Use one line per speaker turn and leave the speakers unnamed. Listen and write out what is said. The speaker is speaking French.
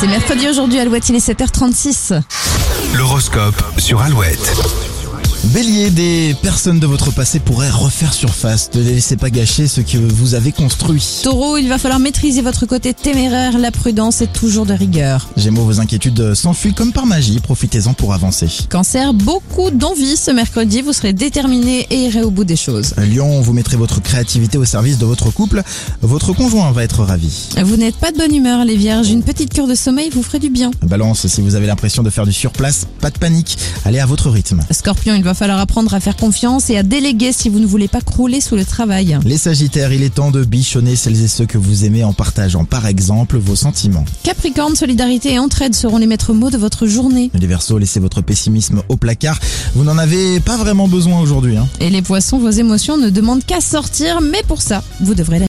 c'est mercredi aujourd'hui, Alouette, il est 7h36.
L'horoscope sur Alouette.
Bélier, des personnes de votre passé pourraient refaire surface. Ne les laissez pas gâcher ce que vous avez construit.
Taureau, il va falloir maîtriser votre côté téméraire, la prudence est toujours de rigueur.
Gémeaux, vos inquiétudes s'enfuient comme par magie. Profitez-en pour avancer.
Cancer, beaucoup d'envie ce mercredi, vous serez déterminé et irez au bout des choses.
Lion, vous mettrez votre créativité au service de votre couple. Votre conjoint va être ravi.
Vous n'êtes pas de bonne humeur, les vierges, une petite cure de sommeil vous ferait du bien.
Balance, si vous avez l'impression de faire du surplace, pas de panique. Allez à votre rythme.
Scorpion, il va falloir apprendre à faire confiance et à déléguer si vous ne voulez pas crouler sous le travail.
Les Sagittaires, il est temps de bichonner celles et ceux que vous aimez en partageant par exemple vos sentiments.
Capricorne, solidarité et entraide seront les maîtres mots de votre journée.
Les Verseaux, laissez votre pessimisme au placard. Vous n'en avez pas vraiment besoin aujourd'hui. Hein.
Et les poissons, vos émotions ne demandent qu'à sortir, mais pour ça, vous devrez la